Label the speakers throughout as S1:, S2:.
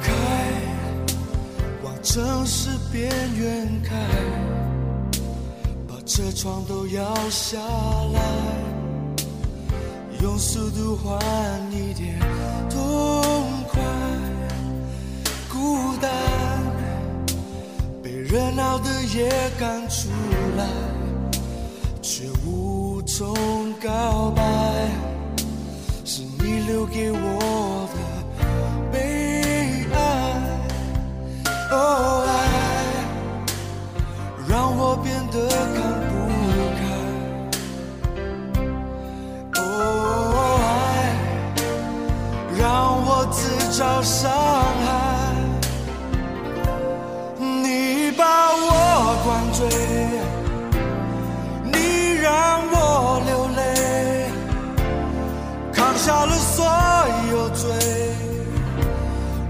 S1: 开，往城市边缘开，把车窗都摇下来，用速度换一点痛快。孤单被热闹的夜赶出来，却无从告白，是你留给我的。悲哀，哦爱，让我变得看不开，哦爱，让我自找伤害。你把我灌醉，你让我流泪，扛下了所有罪。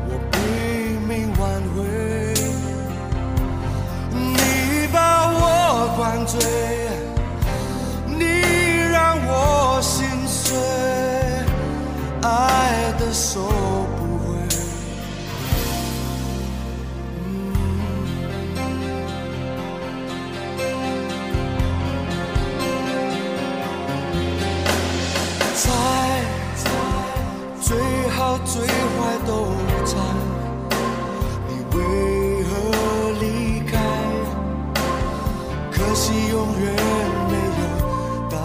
S1: 我拼命挽回，你把我灌醉，你让我心碎，爱的收不回。猜，最好最坏都猜，你为何离开？可惜永远没有答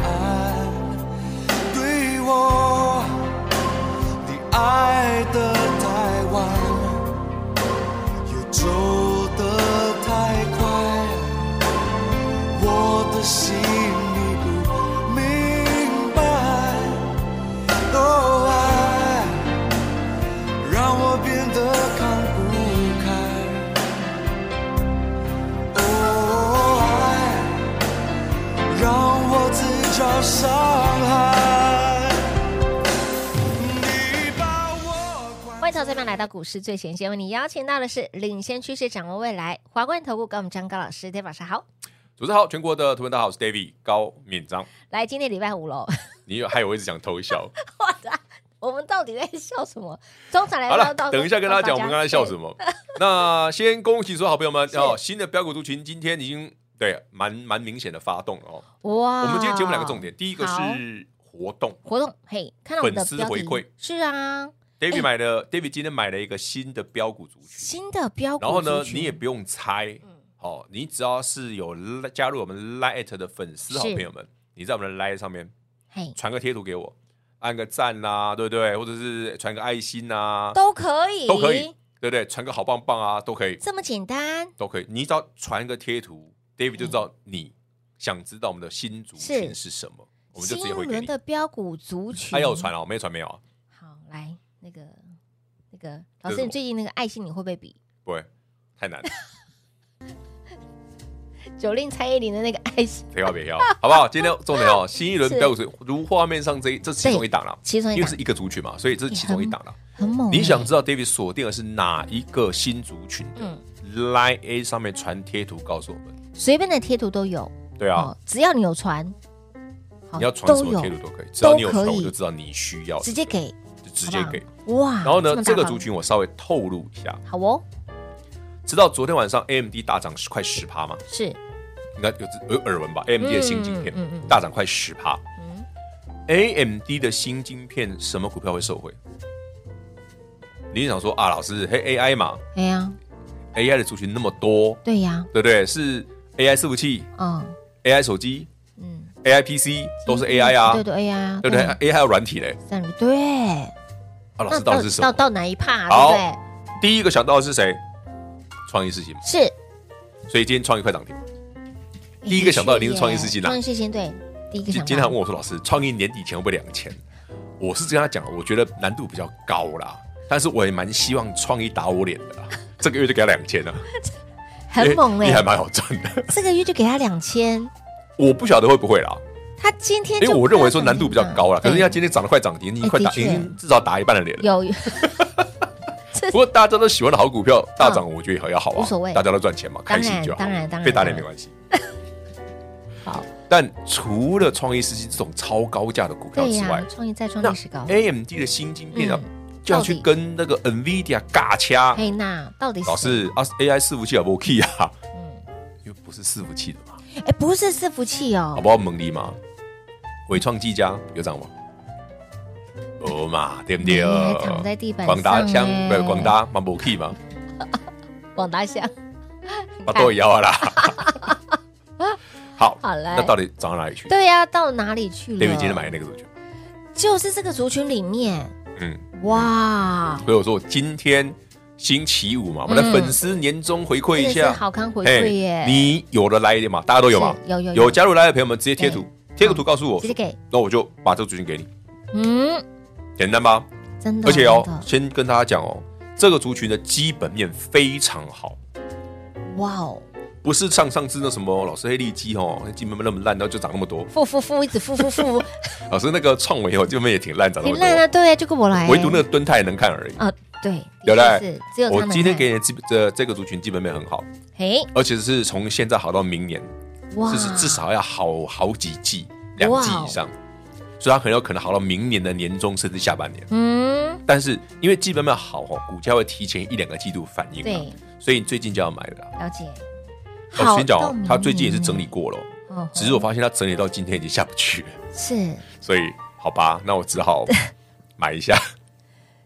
S1: 案。对我，你爱的太晚，又走得太快。我的心你不明白，哦爱，让我变得看不开，哦爱，让我自找伤害。你把我灌
S2: 欢迎投资们来到股市最前线，为你邀请到的是领先趋势、掌握未来华冠投顾高敏章高老师，大家晚上好。
S3: 主持人好，全国的图文大家好，我是 David 高敏章。
S2: 来，今天礼拜五喽，
S3: 你有害我一直想偷笑。
S2: 哇塞，我们到底在笑什么？中 场来
S3: 好了
S2: 到，
S3: 等一下跟大家讲我们刚才笑什。么。 那先恭喜所有好朋友们哦，新的标股族群今天已经对蛮蛮明显的发动了哦。
S2: 哇，
S3: 我们今天节目两个重点，第一个
S2: 啊好
S3: 是活动
S2: 活动，嘿，看到我们的
S3: 粉丝
S2: 标题
S3: 回馈
S2: 是啊，
S3: ，David 买了，David 今天买了一个新的标股族群，
S2: 新的标股
S3: 然后呢
S2: 族，群嗯
S3: 你也不用猜哦，你只要是有加入我们 Light 的粉丝好
S2: 是
S3: 朋友们，你在我们的 Light 上面
S2: 嘿
S3: 传个贴图给我，按个赞呐，对不对？或者是传个爱心呐，
S2: 都可以，
S3: 都可以，，对不对？传个好棒棒啊，都可以，
S2: 这么简单，
S3: 都可以。你只要传一个贴图，David
S2: 嗯
S3: 就知道你想知道我们的新族群是什么，我们就直
S2: 新
S3: 接回给
S2: 轮
S3: 你。
S2: 的标股族群，
S3: 他要传啊，没有传没有啊，
S2: 好，来那个那个老
S3: 这是
S2: 师，
S3: 什
S2: 你
S3: 么
S2: 最近那个爱心你会不会比
S3: 不会太难了，
S2: 九令蔡依林的那个爱心？
S3: 别要别要， 好不好？今天重点哦，新一轮
S2: 是
S3: 标股是如画面上这一这是其中一档了，
S2: 其中一
S3: 因为
S2: 档
S3: 是一个族群嘛，所以这是其中一档了。
S2: 很猛欸，
S3: 你想知道 David 锁定的是哪一个新族群的
S2: 嗯
S3: ？Line A 上面传贴图告诉我们。
S2: 随便的贴图都有，
S3: 对啊
S2: 哦，，只要你有传，好
S3: 你要传
S2: 都
S3: 什么
S2: 有
S3: 贴图都可以，只要你有传，
S2: 都可以
S3: 我就知道你需要的，
S2: 直接给，
S3: 就直接给。
S2: 好不好哇！
S3: 然后呢，
S2: 么
S3: 这
S2: 大
S3: 个
S2: 方
S3: 族群我稍微透露一下，
S2: 好哦，
S3: 知道昨天晚上 AMD 大涨是快十趴吗？
S2: 是
S3: 应该有有耳闻吧？AMD 的新晶片
S2: 嗯嗯嗯嗯
S3: 大涨快十趴。AMD 的新晶片什么股票会受惠？你想说啊，老师，嘿，AI 嘛
S2: 哎呀，
S3: ，AI 的族群那么多，
S2: 对呀，
S3: 对不对？是 AI 伺服器、
S2: 嗯
S3: AI 手机、
S2: 嗯，
S3: AI PC 都是 AI 啊，
S2: 对
S3: 对
S2: 对 AI 啊，
S3: 不对？AI 还有软体嘞。
S2: 三对，
S3: 啊，老
S2: 那
S3: 师到底是什
S2: 到
S3: 么？
S2: 到哪一趴？啊
S3: 好
S2: 对
S3: 第一个想到的是谁？创意事情嘛，
S2: 不对？是
S3: 所以今天创意快涨停。第一个想到的一定是创意事情啦
S2: 创意事情对，第一个
S3: 今
S2: 想
S3: 今天他
S2: 到
S3: 问我说：“老师，创意年底前会不会两千？”我是这样讲，我觉得难度比较高啦。但是我也蛮希望创意打我脸 的啦。这个月就给他两千了，
S2: 很猛
S3: 哎、
S2: 哎、
S3: 也还蛮好赚的。
S2: 这个月就给他两千，
S3: 我不晓得会不会啦，
S2: 他今天
S3: 因为
S2: 就嗯
S3: 我认为说
S2: 不要
S3: 难度比较高啦。可
S2: 涨
S3: 是
S2: 停了
S3: 人家今天涨得快涨停，已经快
S2: 哎的
S3: 打，
S2: 确
S3: 已经至少打一半的脸 了。
S2: 有
S3: 不过大家都喜欢的好股票大涨，我觉得也好也好啊，
S2: 嗯无所谓
S3: 大家都赚钱嘛，
S2: 当然
S3: 开心就好，
S2: 当然当然
S3: 被打脸没关系。
S2: 好，
S3: 但除了创意世纪这种超高价的股票
S2: 对
S3: 之
S2: 呀、
S3: 外，
S2: 创意再创
S3: 那哎
S2: 历史高。
S3: AMD 的新晶片啊
S2: 嗯，
S3: 就要
S2: 到底
S3: 去跟那个 NVIDIA 尬掐。
S2: 嘿娜到底是
S3: 老师啊，AI 伺服器有没有 key 啊？
S2: 嗯
S3: 又不是伺服器的嘛，
S2: 哎、不是伺服器
S3: 好
S2: 哦，
S3: 不好？蒙利嘛，伟创技嘉有涨吗？有嘛，对不对
S2: 哎你还？躺在地板上
S3: 广达香
S2: 欸
S3: 不是广达嘛，没 key 嘛，
S2: 广达香
S3: 把豆 摇啦。好，
S2: 好来
S3: 那到底涨到哪里去？
S2: 对呀、到哪里去了？
S3: 对于今天买的那个族群，
S2: 就是这个族群里面，
S3: 嗯，
S2: 哇，
S3: 所以我说我今天星期五嘛，我们的
S2: 嗯
S3: 粉丝年终回馈一
S2: 真的
S3: 下
S2: 是，好康回
S3: 哎，
S2: 馈耶，
S3: 你有的来一点嘛，大家都有嘛
S2: 是，有有有
S3: 有加入来的朋友们直接贴图，贴个图告诉我
S2: 直，接给，
S3: 那我就把这个族群给你，
S2: 嗯，
S3: 简单吧？
S2: 真的，
S3: 而且哦
S2: 真，的
S3: 先跟大家讲哦，这个族群的基本面非常好，
S2: 哇哦，
S3: 不是上上次那什么老师黑利基哦，基本面那么烂，然后就涨那么多，
S2: 负负负一直负负 负，
S3: 老师那个创维哦，基本面也挺烂，涨那
S2: 你
S3: 么
S2: 烂啊，
S3: 多，
S2: 对，就跟我来，
S3: 唯独那个敦泰能看而已。
S2: 啊，对，
S3: 对不对
S2: 是只有他
S3: 我
S2: 能
S3: 今天
S2: 看，
S3: 给你的基这这个族群基本面很好，
S2: 嘿，
S3: 而且是从现在好到明年，
S2: 哇，
S3: 就是至少要好好几季，两
S2: 哇哦
S3: 季以上，所以它很有可能好到明年的年中甚至下半年。
S2: 嗯，
S3: 但是因为基本面好哦，股价会提前一两个季度反应、啊，
S2: 对，
S3: 所以你最近就要买了啦。
S2: 了解，
S3: 我先讲
S2: 好到
S3: 哦
S2: 明，
S3: 它最近也
S2: 年
S3: 是整理
S2: 耶，
S3: 过了哦，
S2: 哦
S3: 只是我发现它整理到今天已经下 不去了，
S2: 是，
S3: 所以好吧，那我 只好买一下。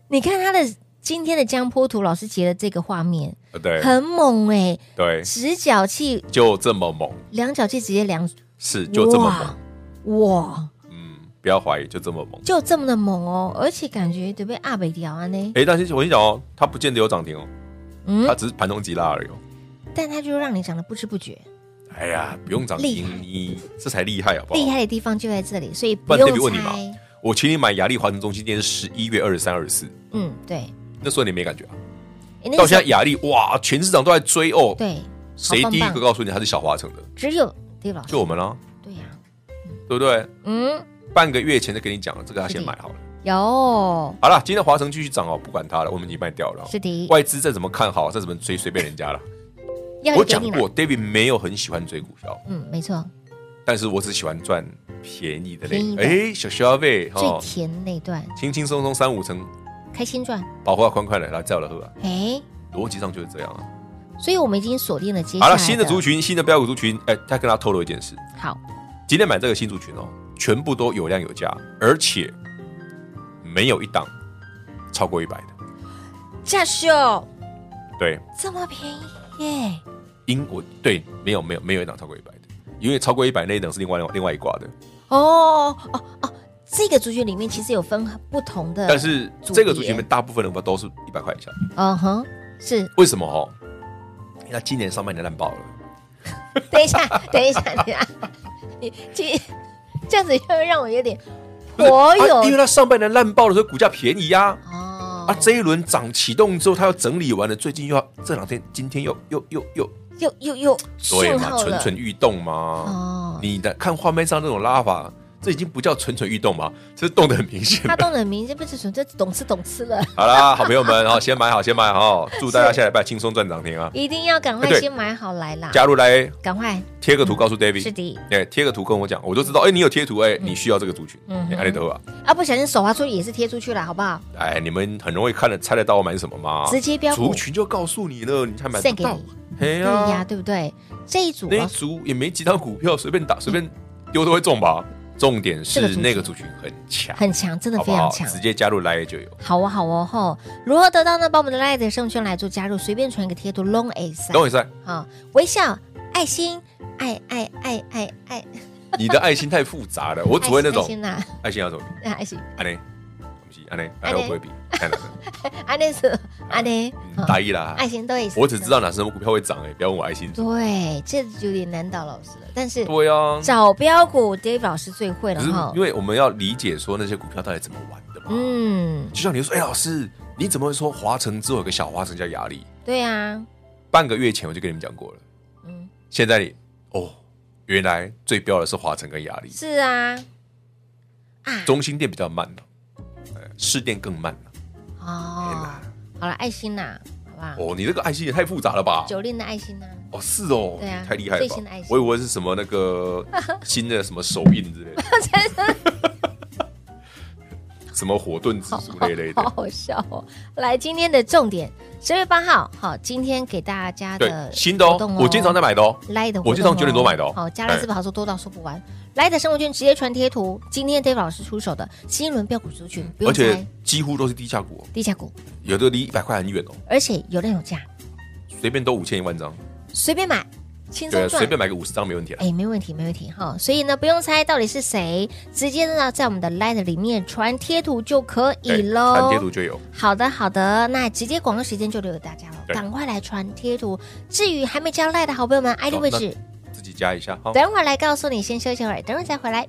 S2: 你看他的今天的江波图，老师截的这个画面
S3: 对
S2: 很猛哎，
S3: 对，
S2: 直角器、
S3: 就这么猛，
S2: 两角器直接两，
S3: 是就这么猛，
S2: 猛，哇，
S3: 嗯，不要怀疑，就这么猛。
S2: 就这么的猛哦，而且感觉得被阿北屌啊呢，
S3: 哎，但是我跟你讲哦，它不见得有涨停哦，
S2: 嗯
S3: 它，只是盘中急拉而已、哦。
S2: 但他就让你讲的不知不觉，
S3: 哎呀，不用涨
S2: 厉害
S3: 停，你这才厉害好不好？
S2: 厉害的地方就在这里，所以
S3: 不
S2: 不
S3: 然 David
S2: 用
S3: 问你嘛
S2: 猜，
S3: 我请你买雅丽华城中心店是十一月二十三、二十四，
S2: 嗯，对，
S3: 那时候你没感觉啊？
S2: 诶那
S3: 到
S2: 个时
S3: 现
S2: 候
S3: 在雅丽哇，全市场都在追哦，
S2: 对，
S3: 谁
S2: 好棒
S3: 第一
S2: 棒
S3: 个告诉你它是小华城的？
S2: 只有 David 老师
S3: 就我们啦、啊，
S2: 对呀，
S3: 对不对？
S2: 嗯，
S3: 半个月前就跟你讲了，这个要先
S2: 是的
S3: 买好了。
S2: 有
S3: 好了，今天华城继续涨哦，不管它了，我们已经卖掉了哦。
S2: 是的，
S3: 外资再怎么看好，再怎么追，随便人家了。
S2: 要
S3: 我
S2: 给
S3: 讲
S2: 你了，
S3: 过，David 没有很喜欢追股票，
S2: 嗯，没错，
S3: 但是我只喜欢赚便宜的
S2: 便宜
S3: 类。
S2: 的
S3: 哎，小消费
S2: 最
S3: 哦，
S2: 甜那段
S3: 轻轻松松三五成，
S2: 开心赚，
S3: 保护要宽宽的，来再有了喝啊。
S2: 哎。
S3: 逻辑上就是这样啊。
S2: 所以我们已经锁定了接下
S3: 好
S2: 来
S3: 了，新的族群，新的标股族群，哎，他跟他透露一件事，
S2: 好，
S3: 今天买这个新族群哦，全部都有量有价，而且没有一档超过一百的。
S2: 价秀
S3: 对，
S2: 这么便宜耶，
S3: 因我对没有没有没有一档超过一百的，因为超过一百那一档是另外另外一挂的。
S2: 哦哦哦，这个族群里面其实有分不同的，
S3: 但是
S2: 组
S3: 这个族群里
S2: 别
S3: 面大部分人都是一百块以下，
S2: 嗯哼，是，
S3: 为什么哦？因为他今年上半年烂爆了，
S2: 等一下，等一下，等一下，你这这样子就会让我有点
S3: 不是
S2: 颇
S3: 啊因为
S2: 有
S3: 他上半年烂爆的时候股价便宜呀、啊。
S2: 哦
S3: 啊，这一轮涨启动之后，它要整理完了，最近又要这两天，今天又又又又
S2: 又又又
S3: 对
S2: 讯
S3: 嘛，
S2: 号
S3: 蠢
S2: 了，
S3: 蠢欲动嘛。
S2: 哦，
S3: 你的看画面上这种拉法，这已经不叫蠢蠢欲动嘛，这是动得很明 显
S2: 他。动的名字不是蠢，这懂吃懂吃了，
S3: 好啦，好朋友们，好，先买好，先买好，祝大家下礼拜轻松赚涨停 啊！
S2: 一定要赶
S3: 哎
S2: 快
S3: 对
S2: 先买好来啦，
S3: 加入来
S2: 赶快，
S3: 贴个图，告诉
S2: 嗯是
S3: David，
S2: 的，
S3: 哎，贴个图跟我讲，我就知道，哎，你有贴图，哎，你需要这个族群，
S2: 嗯
S3: 哎，爱德啊，
S2: 啊，不小心手滑出去也是贴出去了，好不好？
S3: 哎，你们很容易看得猜得到我买什么吗？
S2: 直接标股
S3: 啊族群就告诉你了，你还买
S2: 送
S3: 不
S2: 给
S3: 到啊哎
S2: 你，，
S3: 嘿
S2: 对呀，
S3: 呀，
S2: 对不对？这一组
S3: 那一
S2: 哦
S3: 组也没几张股票，随便打随便丢都会中吧。重点
S2: 这个族
S3: 是
S2: 群
S3: 那个族群很强，
S2: 很强，真的
S3: 好
S2: 非
S3: 不
S2: 常
S3: 好？
S2: 强。
S3: 直接加入来就有。
S2: 好哦，好哦，吼！如何得到呢？把我们的 Light 的生圈来做加入，随便传一个贴图，Long A 三
S3: 等，我一 下，
S2: 好，微笑、爱心、爱爱爱爱爱，
S3: 你的爱心太复杂了，我只会那
S2: 爱
S3: 种
S2: 心呐，
S3: 爱心要怎么比？
S2: 爱心，
S3: 安内，不是安内，
S2: 安
S3: 安
S2: 内
S3: 内我 不会比，看了，
S2: 安内啊是安内，
S3: 嗯
S2: 好
S3: 大意啦。
S2: 爱心都嗯也是。
S3: 我只知道哪什么股票会涨，哎，不要问我爱心。
S2: 对，这有点难倒老师了。但是
S3: 对呀，
S2: 找标股，Dave 老师最会
S3: 可
S2: 了
S3: 是
S2: 哈
S3: 因。为我们要理解说那些股票到底怎么玩的嘛。
S2: 嗯，
S3: 就像你说，哎，老师，你怎么会说华城之后有个小华城叫雅力？
S2: 对啊，
S3: 半个月前我就跟你们讲过了，
S2: 嗯，
S3: 现在你哦，原来最标的是华城跟雅力，
S2: 是啊，
S3: 中心店比较慢了、哎市店更慢了、
S2: 哦，好了，爱心呐，好吧，
S3: 哦，你这个爱心也太复杂了吧？
S2: 九令的爱心呐，
S3: 哦，是哦，
S2: 对啊
S3: 太厉害了
S2: 最
S3: 吧
S2: 新的爱！心
S3: 我以为是什么那个 新的什么手印之类的，什么火遁之术那一类
S2: 好
S3: 的。
S2: 好笑哦。来，今天的重点，十月八号，好，今天给大家
S3: 对，
S2: 的
S3: 新的哦
S2: 活，动
S3: 我今天早上在买的哦，
S2: 来的活动哦，
S3: 我经常九点多买的哦
S2: 好，加赖
S3: 哎
S2: 是不是好说多到说不完？来的生活圈直接传贴图，今天 David 老师出手的新一轮标股族群，不
S3: 而
S2: 用猜
S3: 且几乎都是低价股哦，
S2: 低价股，
S3: 有的离一百块很远哦，
S2: 而且有量有价，
S3: 随便都五千一万张，
S2: 随便买，轻
S3: 对啊，
S2: 松
S3: 随
S2: 赚。
S3: 便买个五十张没问题啊啦。
S2: 哎，没问题，没问题哈。所以呢，不用猜到底是谁，直接呢在我们的 Light 里面传贴图就可以喽。
S3: 看哎贴图就有，
S2: 好的，好的，那直接广告时间就留给大家了，
S3: 对
S2: 赶快来传贴图。至于还没加赖的好朋友们，ID 位
S3: 好
S2: 置，
S3: 自己加一下哈。
S2: 等会儿来告诉你，先休息会儿，等会儿再回来。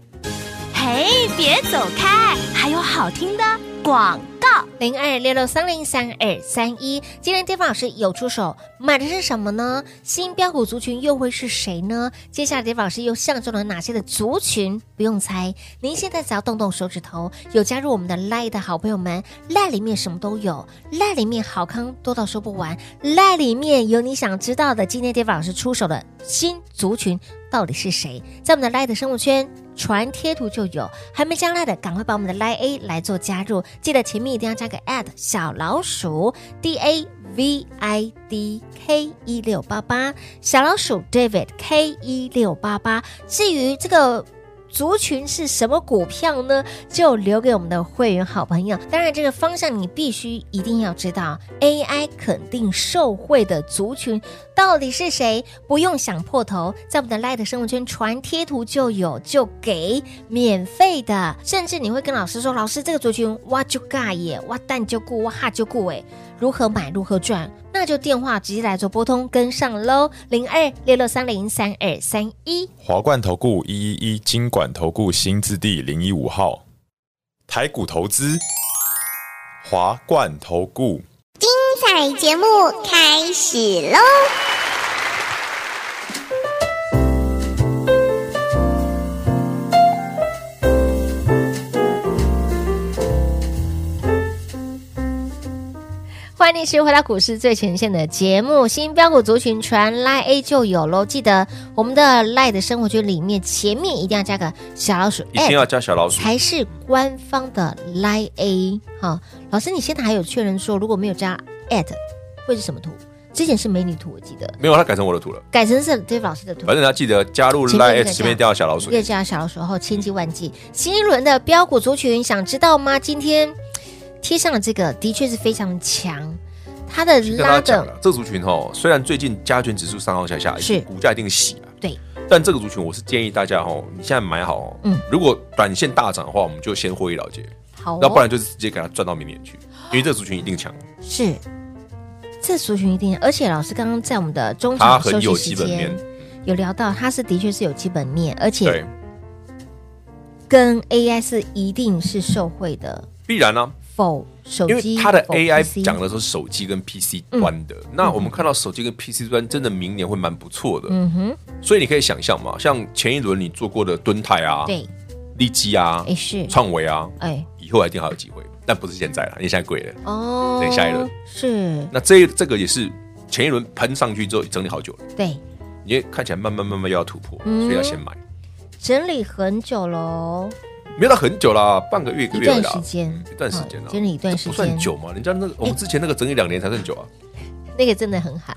S4: 嘿，别走开，还有好听的广告。
S2: 零二六六三零三二三一，今天 d a 老师有出手，买的是什么呢？新标股族群又会是谁呢？接下来 d a 老师又相中了哪些的族群？不用猜，您现在只要动动手指头，有加入我们的 Lie 的好朋友们，Lie 里面什么都有，Lie 里面好康多到说不完，Lie 里面有你想知道的。今天 d a 老师出手的新族群到底是谁？在我们的 Lie 的生物圈传贴图就有，还没加 Lie 的赶快把我们的 Lie A 来做加入，记得前面一定要加个 at 小老鼠 D A V I D K 一六八八小老鼠 David K 一六八八。至于这个。族群是什么股票呢？就留给我们的会员好朋友。当然，这个方向你必须一定要知道，AI 肯定受惠的族群到底是谁，不用想破头，在我们的 Light 生活圈传贴图就有，就给免费的。甚至你会跟老师说，老师这个族群哇就尬耶，哇蛋就顾，哇哈就顾哎，如何买如何赚，那就电话直接来做拨通跟上喽，零二六六三零三二三一。
S5: 华冠投顾一一一金管投顾新字第零一五号，台股投资，华冠投顾。
S6: 彩节目开始喽！
S2: 欢迎您回到股市最前线的节目，新标股族群传来 A 就有喽。记得我们的 Lie 的生活圈里面前面一定要加个小老鼠
S3: 一定
S2: a
S3: 要加小老鼠，
S2: 才是官方的 Lie A。好，老师，你现在还有确认说如果没有加 at 会是什么图？之前是美女图，我记得
S3: 没有他改成我的图了。
S2: 改成是 Dave 老师的图
S3: 反。正大家记得加入
S2: 前面一
S3: Line
S2: 个
S3: S 前面一定要小老鼠，
S2: 越加小老鼠后，千记万记。新一轮的标股族群，想知道吗？今天贴上了这个，的确是非常强，它的
S3: 跟大
S2: 拉
S3: 家讲
S2: 的
S3: 了，这个族群哦，虽然最近加权指数上上下下，
S2: 是
S3: 股价一定洗啊，
S2: 对，
S3: 但这个族群我是建议大家哦，你现在买好哦，
S2: 嗯
S3: 如果短线大涨的话，我们就先获利了结，
S2: 好、哦，
S3: 那不然就是直接给它赚到明年去，因为这个族群一定强，
S2: 是这族群一定，而且老师刚刚在我们的中
S3: 它
S2: 场
S3: 很
S2: 休息
S3: 有基
S2: 时
S3: 本面
S2: 间，有聊到，它是的确是有基本面，而且
S3: 对，
S2: 跟 AI 是一定是受惠的，
S3: 必然啊呢，
S2: 否手
S3: 因为
S2: 机哦
S3: 它的
S2: 否
S3: AI
S2: PC
S3: 讲的是手机跟 PC
S2: 嗯
S3: 端的，那我们看到手机跟 PC 端真的明年会蛮不错的，
S2: 嗯哼，
S3: 所以你可以想象嘛，像前一轮你做过的敦泰啊、
S2: 对，
S3: 利基啊
S2: 哎、、是，
S3: 创维啊，
S2: 哎
S3: 以后一定还有机会，但不是现在了，因为现在贵了。
S2: 哦，
S3: 等下一轮
S2: 是
S3: 那这这个也是前一轮喷上去之后整理好久了，
S2: 对
S3: 因为看起来慢慢慢慢又要突破，
S2: 嗯
S3: 所以要先买，
S2: 整理很久喽，
S3: 没有到很久啦，半个月一个
S2: 一
S3: 月了
S2: 段
S3: 啦
S2: 时，间，
S3: 一段时间啦
S2: 哦整理一段
S3: 这
S2: 时
S3: 不
S2: 间
S3: 算，久嘛？人家那个我们之前那个整理两年才算久啊，
S2: 那个真的很寒，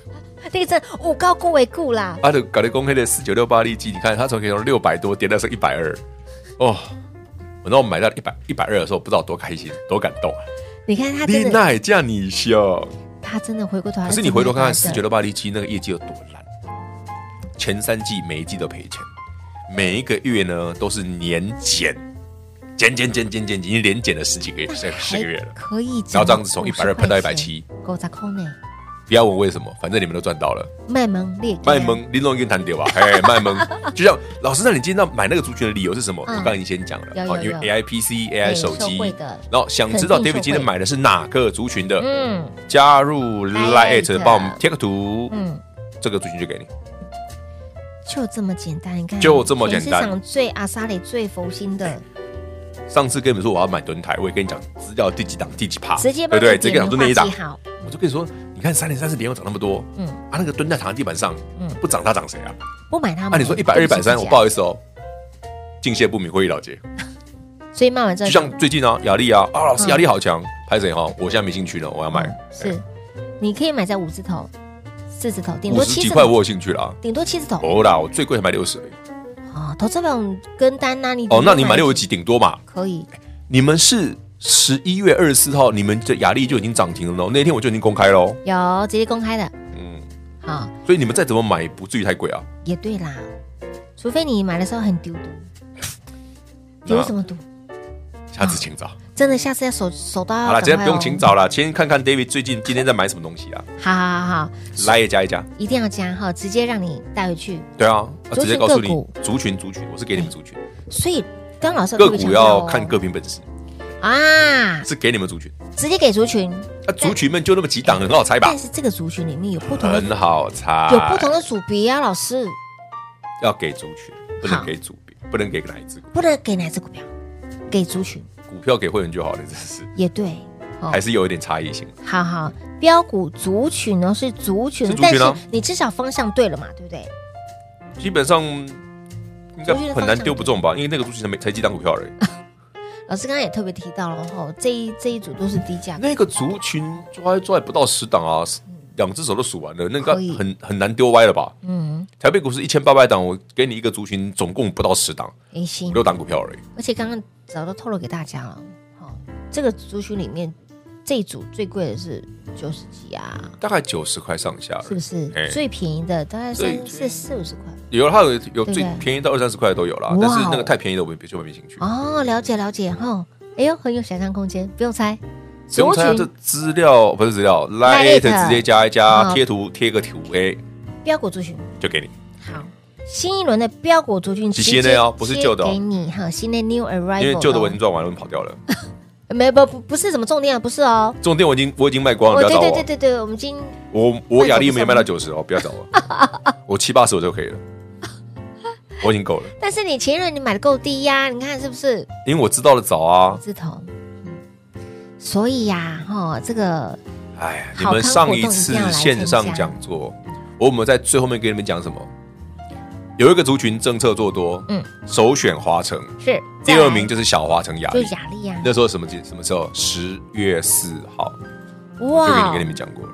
S2: 那个真的五高估为顾啦，
S3: 啊，就搞得公开的四九六八利基，你看它从可以从六百多跌到剩一百二，哦。我那我买到一百一百二的时候，不知道多开心，多感动啊！
S2: 你看他
S3: 丽
S2: 真的，
S3: 娜也叫你笑，
S2: 他真的回过头来，
S3: 可是你回头看看四
S2: 真
S3: 九
S2: 的
S3: 六八利基那个业绩有多烂，前三季每一季都赔钱，每一个月呢都是年减，减减减减减，已经连减了十几个月，十十个月了
S2: 还。可以，
S3: 然后这样子从一百二喷到一百，七，
S2: 狗杂空呢？
S3: 不要问为什么，反正你们都赚到了。
S2: 卖萌裂
S3: 卖，萌，玲珑已经谈掉吧？哎，卖萌，就像老师让你今天到买那个族群的理由是什么？
S2: 嗯
S3: 我刚才已经先讲了，
S2: 有
S3: 好
S2: 有
S3: 因为
S2: 有
S3: AI PC、AI
S2: 对
S3: 手机
S2: 受惠的，
S3: 然后想知道
S2: 肯定受惠
S3: David 今天买的是哪个族群的，
S2: 嗯
S3: 加入 Lite
S2: Lite
S3: 帮我们贴个图，
S2: 嗯，
S3: 这个族群就给你。
S2: 就这么简单，你看，
S3: 就这么简单哎
S2: 全市场最阿萨里最佛心的，
S3: 上次跟你们说我要买蹲台，我也跟你讲资料第几档第几趴，
S2: 直接
S3: 啊
S2: 帮
S3: 对不
S2: 你
S3: 对？直接跟你讲就那一档
S2: 点名画记，好，
S3: 我就跟你说，你看三零三四连又涨那么多，
S2: 嗯
S3: 啊，那个蹲在躺在地板上，
S2: 嗯
S3: 不涨它涨谁啊？
S2: 不买它
S3: 啊，
S2: 们。
S3: 你说一百二、一百三，我不
S2: 报，
S3: 好意思哦，敬谢不明，会议老杰。
S2: 所以卖完之
S3: 就
S2: 后
S3: 像最近啊，雅丽啊，啊，老师
S2: 嗯
S3: 雅丽好强，拍谁哈？我现在没兴趣了，我要买哎
S2: 嗯是，你可以买在五字头、四字头，顶
S3: 五
S2: 多
S3: 十
S2: 七
S3: 几
S2: 字
S3: 块，我
S2: 头，
S3: 有兴趣了啊。
S2: 顶多七字头
S3: 哦啦，我最贵还买六十而已。
S2: 啊。投资榜跟单那你
S3: 哦，那你买六十几顶多嘛？
S2: 可以，
S3: 你们是十一月二十四号，你们的雅丽就已经涨停了哦咯，那天我就已经公开喽。
S2: 有直接公开的
S3: 嗯，
S2: 啊，
S3: 所以你们再怎么买，也不至于太贵啊。
S2: 也对啦，除非你买的时候很丢毒，
S3: 啊
S2: 丢什么毒？
S3: 下次请早。
S2: 真的，下次要手手到要
S3: 好了，今
S2: 啊哦赶快
S3: 天不用
S2: 哦
S3: 请早了，先看看 David 最近今天在买什么东西啊？
S2: 好好好好，
S3: 来也加一加。
S2: 一定要加哈，直接让你带回去。
S3: 对啊，啊
S2: 族群
S3: 直接告诉
S2: 个
S3: 你
S2: 股
S3: 族群族群，我是给你们族群
S2: 所以刚老师有
S3: 个
S2: 特别
S3: 股
S2: 强调
S3: 要
S2: 哦
S3: 看各凭本事，
S2: 啊，
S3: 是给你们族群。
S2: 直接给族群，
S3: 啊，族群们就那么几档，很好猜吧
S2: 但？是这个族群里面有不同的
S3: 很好猜，
S2: 有不同的组别啊，老师
S3: 要给族群，不
S2: 好
S3: 能给组别，不能给哪一只股
S2: 不能给哪只股票，给族群
S3: 股票给会员就好了，真是
S2: 也对。哦
S3: 还是有一点差异性。
S2: 好好，标股族群呢是族群，
S3: 是族群啊
S2: 但是你至少方向对了嘛，对不对？
S3: 基本上应该很难丢不中吧？因为那个族群才没才几档股票而已，
S2: 老师刚刚也特别提到了哦，这一这一组都是低价股，
S3: 那个族群抓抓也不到十档啊，两只手都数完了，那个
S2: 可以
S3: 很很难丢歪了吧？
S2: 嗯，
S3: 台北股市一千八百档，我给你一个族群，总共不到十档，
S2: 也行
S3: 五。六档股票而已。
S2: 而且刚刚早都透露给大家了，好、这个族群里面这一组最贵的是九十几啊，
S3: 大概九十块上下而已，
S2: 是不是？
S3: 哎
S2: 最便宜的大概
S3: 最
S2: 三四四五十块。
S3: 有它有有
S2: 对
S3: 最便宜到二三十块的都有啦，
S2: 哇
S3: 但
S2: 哦
S3: 是那个太便宜的我就没兴趣。
S2: 哦，了解了解哈、哦，哎呦，很有想象空间，不用猜。
S3: 不用
S2: 族
S3: 猜啊，这
S2: 群
S3: 资料不是资料 l i
S2: Lite
S3: t 直接加一加，
S2: 好
S3: 贴图贴个图 A
S2: 标股族群，
S3: 就给你。
S2: 好，新一轮的标股族群
S3: 是
S2: 直接
S3: 新的哦不是旧的哦
S2: 贴给你哈，新的 new arrival，
S3: 因为旧的我已
S2: 哦
S3: 经赚完了，我已经跑掉了。
S2: 没不不不是什么重点啊，不是哦。
S3: 重点我已经我已经卖光了，
S2: 哦，
S3: 不要
S2: 对
S3: 找
S2: 对对
S3: 我。
S2: 对对，我们今
S3: 我我雅力没卖到九十哦，不要 找我。我七八十我就可以了，我已经够了，
S2: 但是你前一轮你买的够低呀、你看是不是？
S3: 因为我知道的早啊。
S2: 字头。嗯所以呀、哈、这个
S3: 哎呀，你
S2: 好
S3: 们
S2: 康
S3: 上
S2: 活
S3: 一
S2: 动一
S3: 次
S2: 定要来
S3: 线
S2: 参
S3: 上
S2: 加
S3: 讲座，我们在最后面给你们讲什么？有一个族群政策做多，
S2: 嗯
S3: 嗯，首选华城，
S2: 是
S3: 第
S2: 再来
S3: 二名就是小华城雅
S2: 就
S3: 力。
S2: 雅丽呀、
S3: 那时候什么节？什么时候？十月四号，就给你跟你们讲过了。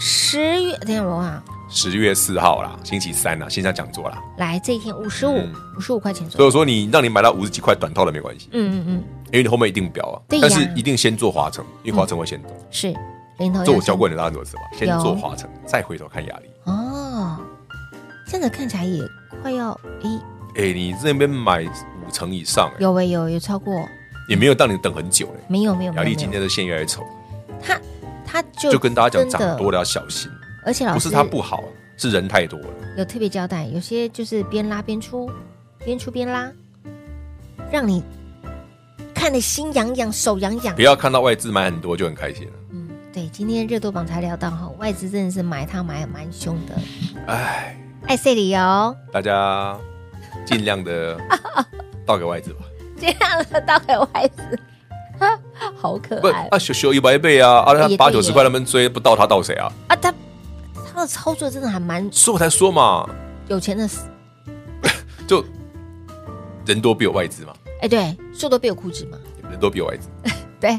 S2: 十月等一下我啊，
S3: 十月四号啦，星期三啦，线上讲座啦。
S2: 来这一天五十五
S3: 嗯
S2: 五十五块钱左
S3: 所以
S2: 右，
S3: 我说你让你买到五十几块短套的没关系，
S2: 嗯嗯
S3: 因为你后面一定表啊。
S2: 对呀
S3: 但是一定先做华城，因为华城会先走。
S2: 嗯，是零头。
S3: 这我教过你大家很多次吧？先
S2: 有
S3: 做华城，再回头看雅力。
S2: 哦，这样子看起来也快要诶，
S3: 哎，你这边买五成以上，哎，
S2: 有诶有有超过，
S3: 也没有让你等很久嘞。
S2: 没有没有
S3: 雅
S2: 没
S3: 力
S2: 有没
S3: 今
S2: 有，
S3: 天的线越来越丑，
S2: 他他就
S3: 就跟大家讲
S2: 真
S3: 涨
S2: 的
S3: 多了要小心，
S2: 而且老
S3: 不
S2: 师
S3: 是它不好，是人太多了。
S2: 有特别交代，有些就是边拉边出，边出边拉，让你看得心痒痒、手痒痒
S3: 不。要看到外资买很多就很开心了。
S2: 嗯，对，今天热度榜才聊到哈，外资真的是买它买得蛮凶的，
S3: 哎。
S2: 爱塞里哦，
S3: 大家尽量的倒给外资吧，
S2: 这样的大海外资，好可
S3: 不
S2: 爱
S3: 啊修修一百倍啊，啊
S2: 也
S3: 他
S2: 对
S3: 八
S2: 耶
S3: 九十块那边追不到他倒谁啊？
S2: 啊！他他的操作真的还蛮
S3: 所以我才说嘛，
S2: 有钱的死，
S3: 就人多必有外资嘛，
S2: 哎，对，树都被我枯枝嘛，
S3: 人多必有外资，
S2: 对，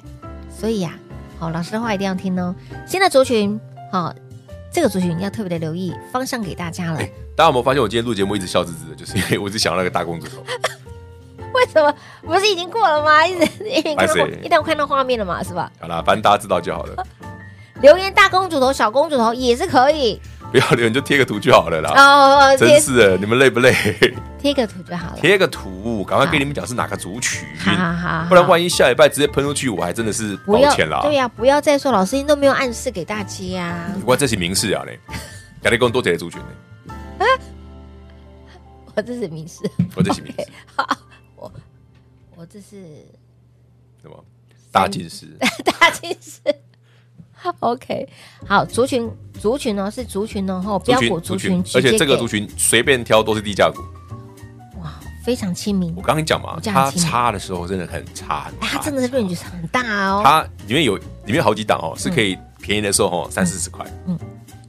S2: 所以呀、好，老师的话一定要听哦。现在族群，好、这个族群要特别的留意，方向给大家了。
S3: 大家有没有发现我今天录节目一直笑滋滋的，就是因 为我只想到那个大公主头，
S2: 为什么不是已经过了 吗？一直一定看到
S3: 白色
S2: 一定看到画面了嘛，是吧？
S3: 好啦，反正大家知道就好了。
S2: 留言大公主头、小公主头也是可以。
S3: 不要留言就贴个图就好了啦。
S2: 哦，
S3: 真
S2: 贴
S3: 是的，你们累不累？
S2: 贴个图就好了。
S3: 贴个图，赶快跟你们讲是哪个族群
S2: 好好好好，
S3: 不然万一下礼拜直接喷出去，我还真的是
S2: 不
S3: 抱
S2: 要
S3: 歉啦。
S2: 对呀、不要再说老师您都没有暗示给大家。
S3: 我这是明示 啊嘞，改天跟我多解族群嘞，
S2: 我这是明示，
S3: 我这是明示，
S2: 我这是
S3: 对吧？大近视，
S2: 大近视。OK，好，族群族群哦是族群哦，吼标股族群，
S3: 而且这个族
S2: 直接
S3: 群随便挑都是低价股。
S2: 给哇非常亲民
S3: 我，刚刚讲嘛
S2: 我，这样
S3: 它
S2: 听你
S3: 差的时候真的很差，很
S2: 哎它
S3: 差
S2: 真的是嗯
S3: 很差
S2: range 很大哦，
S3: 它里面有里面有好几档哦，是可以便宜的时候哦三四十块，嗯，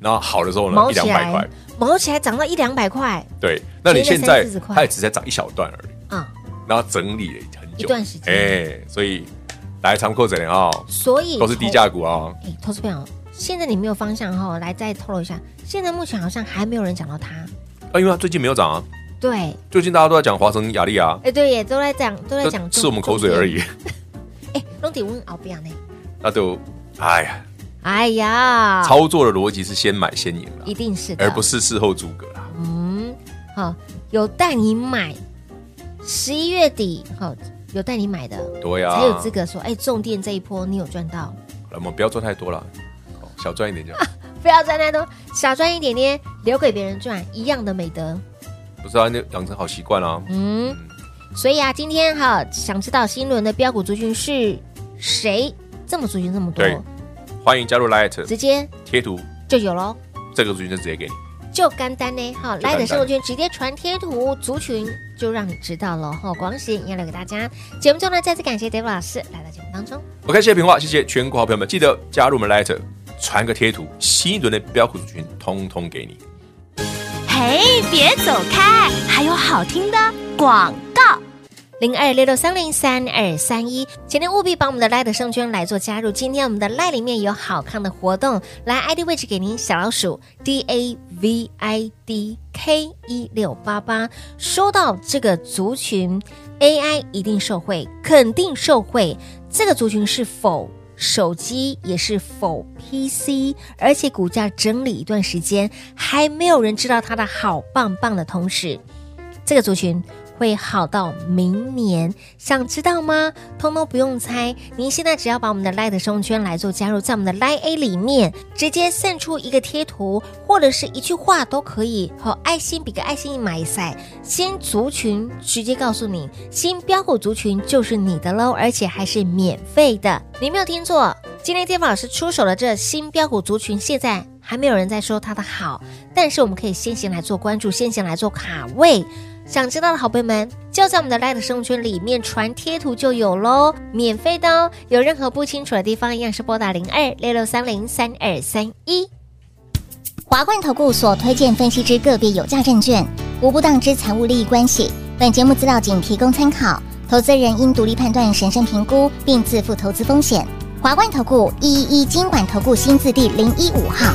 S3: 然后好的时候呢
S2: 毛
S3: 一
S2: 起
S3: 两百
S2: 来
S3: 块，
S2: 毛起来涨到一两百块，
S3: 对，那你
S2: 便
S3: 现
S2: 宜
S3: 在
S2: 的30-40块
S3: 它也只在涨一小段而已，
S2: 啊、
S3: 然后整理了很
S2: 一
S3: 久
S2: 段时间
S3: 哎，所以来长扣整啊，
S2: 所以
S3: 都是低价股啊，
S2: 投。哎，投资朋友，现在你没有方向哈，来再透露一下，现在目前好像还没有人讲到它，
S3: 啊，因为它最近没有涨啊，
S2: 对，
S3: 最近大家都在讲华城、雅丽啊，
S2: 哎对耶，都在讲都在讲
S3: 这吃我们口水而，已，
S2: 哎，弄点问敖比亚呢，
S3: 那就哎呀，
S2: 哎呀，
S3: 操作的逻辑是先买先赢了
S2: 一，定是的，
S3: 而不是事后诸葛啦。
S2: 嗯，好，有带你买，十一月底好有带你买的，
S3: 对啊呀，
S2: 才有资格说，哎，重电这一波你有赚到，
S3: 好了我们不要赚太多了，哦小赚一点就好。
S2: 不要赚太多，少赚一点点，留给别人赚，一样的美德。
S3: 不是啊，那养成好习惯啊。
S2: 嗯，所以啊，今天哈，想知道新轮的标股族群是谁？这么族群这么多
S3: 对，欢迎加入 Light
S2: 直接
S3: 贴图，
S2: 就有喽，
S3: 这个族群就直接给你。
S2: 就干单呢。哈，
S3: 单
S2: 来的生活圈直接传贴图，族群就让你知道了。哈，广喜一样留给大家。节目中呢，再次感谢 David 老师来到节目当中。
S3: OK，谢谢平话，谢谢全国好朋友们，记得加入我们 Light，传个贴图，新一轮的标股族群通通给你。
S4: 嘿，别走开，还有好听的广告。
S2: 零二六六三零三二三一，请您务必把我们的 Light 生圈来做加入。今天我们的 Light 里面有好看的活动，来 ID 位置给您小老鼠 D A V I D K 一六八八。说到这个族群，AI 一定受惠，肯定受惠。这个族群是否手机也是否 PC，而且股价整理一段时间，还没有人知道它的好棒棒的同时，这个族群会好到明年，想知道吗？通通不用猜，您现在只要把我们的 Light 生圈来做加入，在我们的 Light A 里面直接送出一个贴图或者是一句话都可以，和爱心比个爱心买赛，新族群直接告诉你，新标股族群就是你的喽，而且还是免费的，你没有听错，今天天宝老师出手的这新标股族群，现在还没有人在说它的好，但是我们可以先行来做关注，先行来做卡位。想知道的好朋友们，就在我们的 Light 生活圈里面传贴图就有喽，免费的哦。有任何不清楚的地方，一样是拨打零二六六三零三二三一。
S7: 华冠投顾所推荐分析之个别有价证券，无不当之财务利益关系。本节目资料仅提供参考，投资人应独立判断、审慎评估，并自负投资风险。华冠投顾一一一金管投顾新字第零一五号。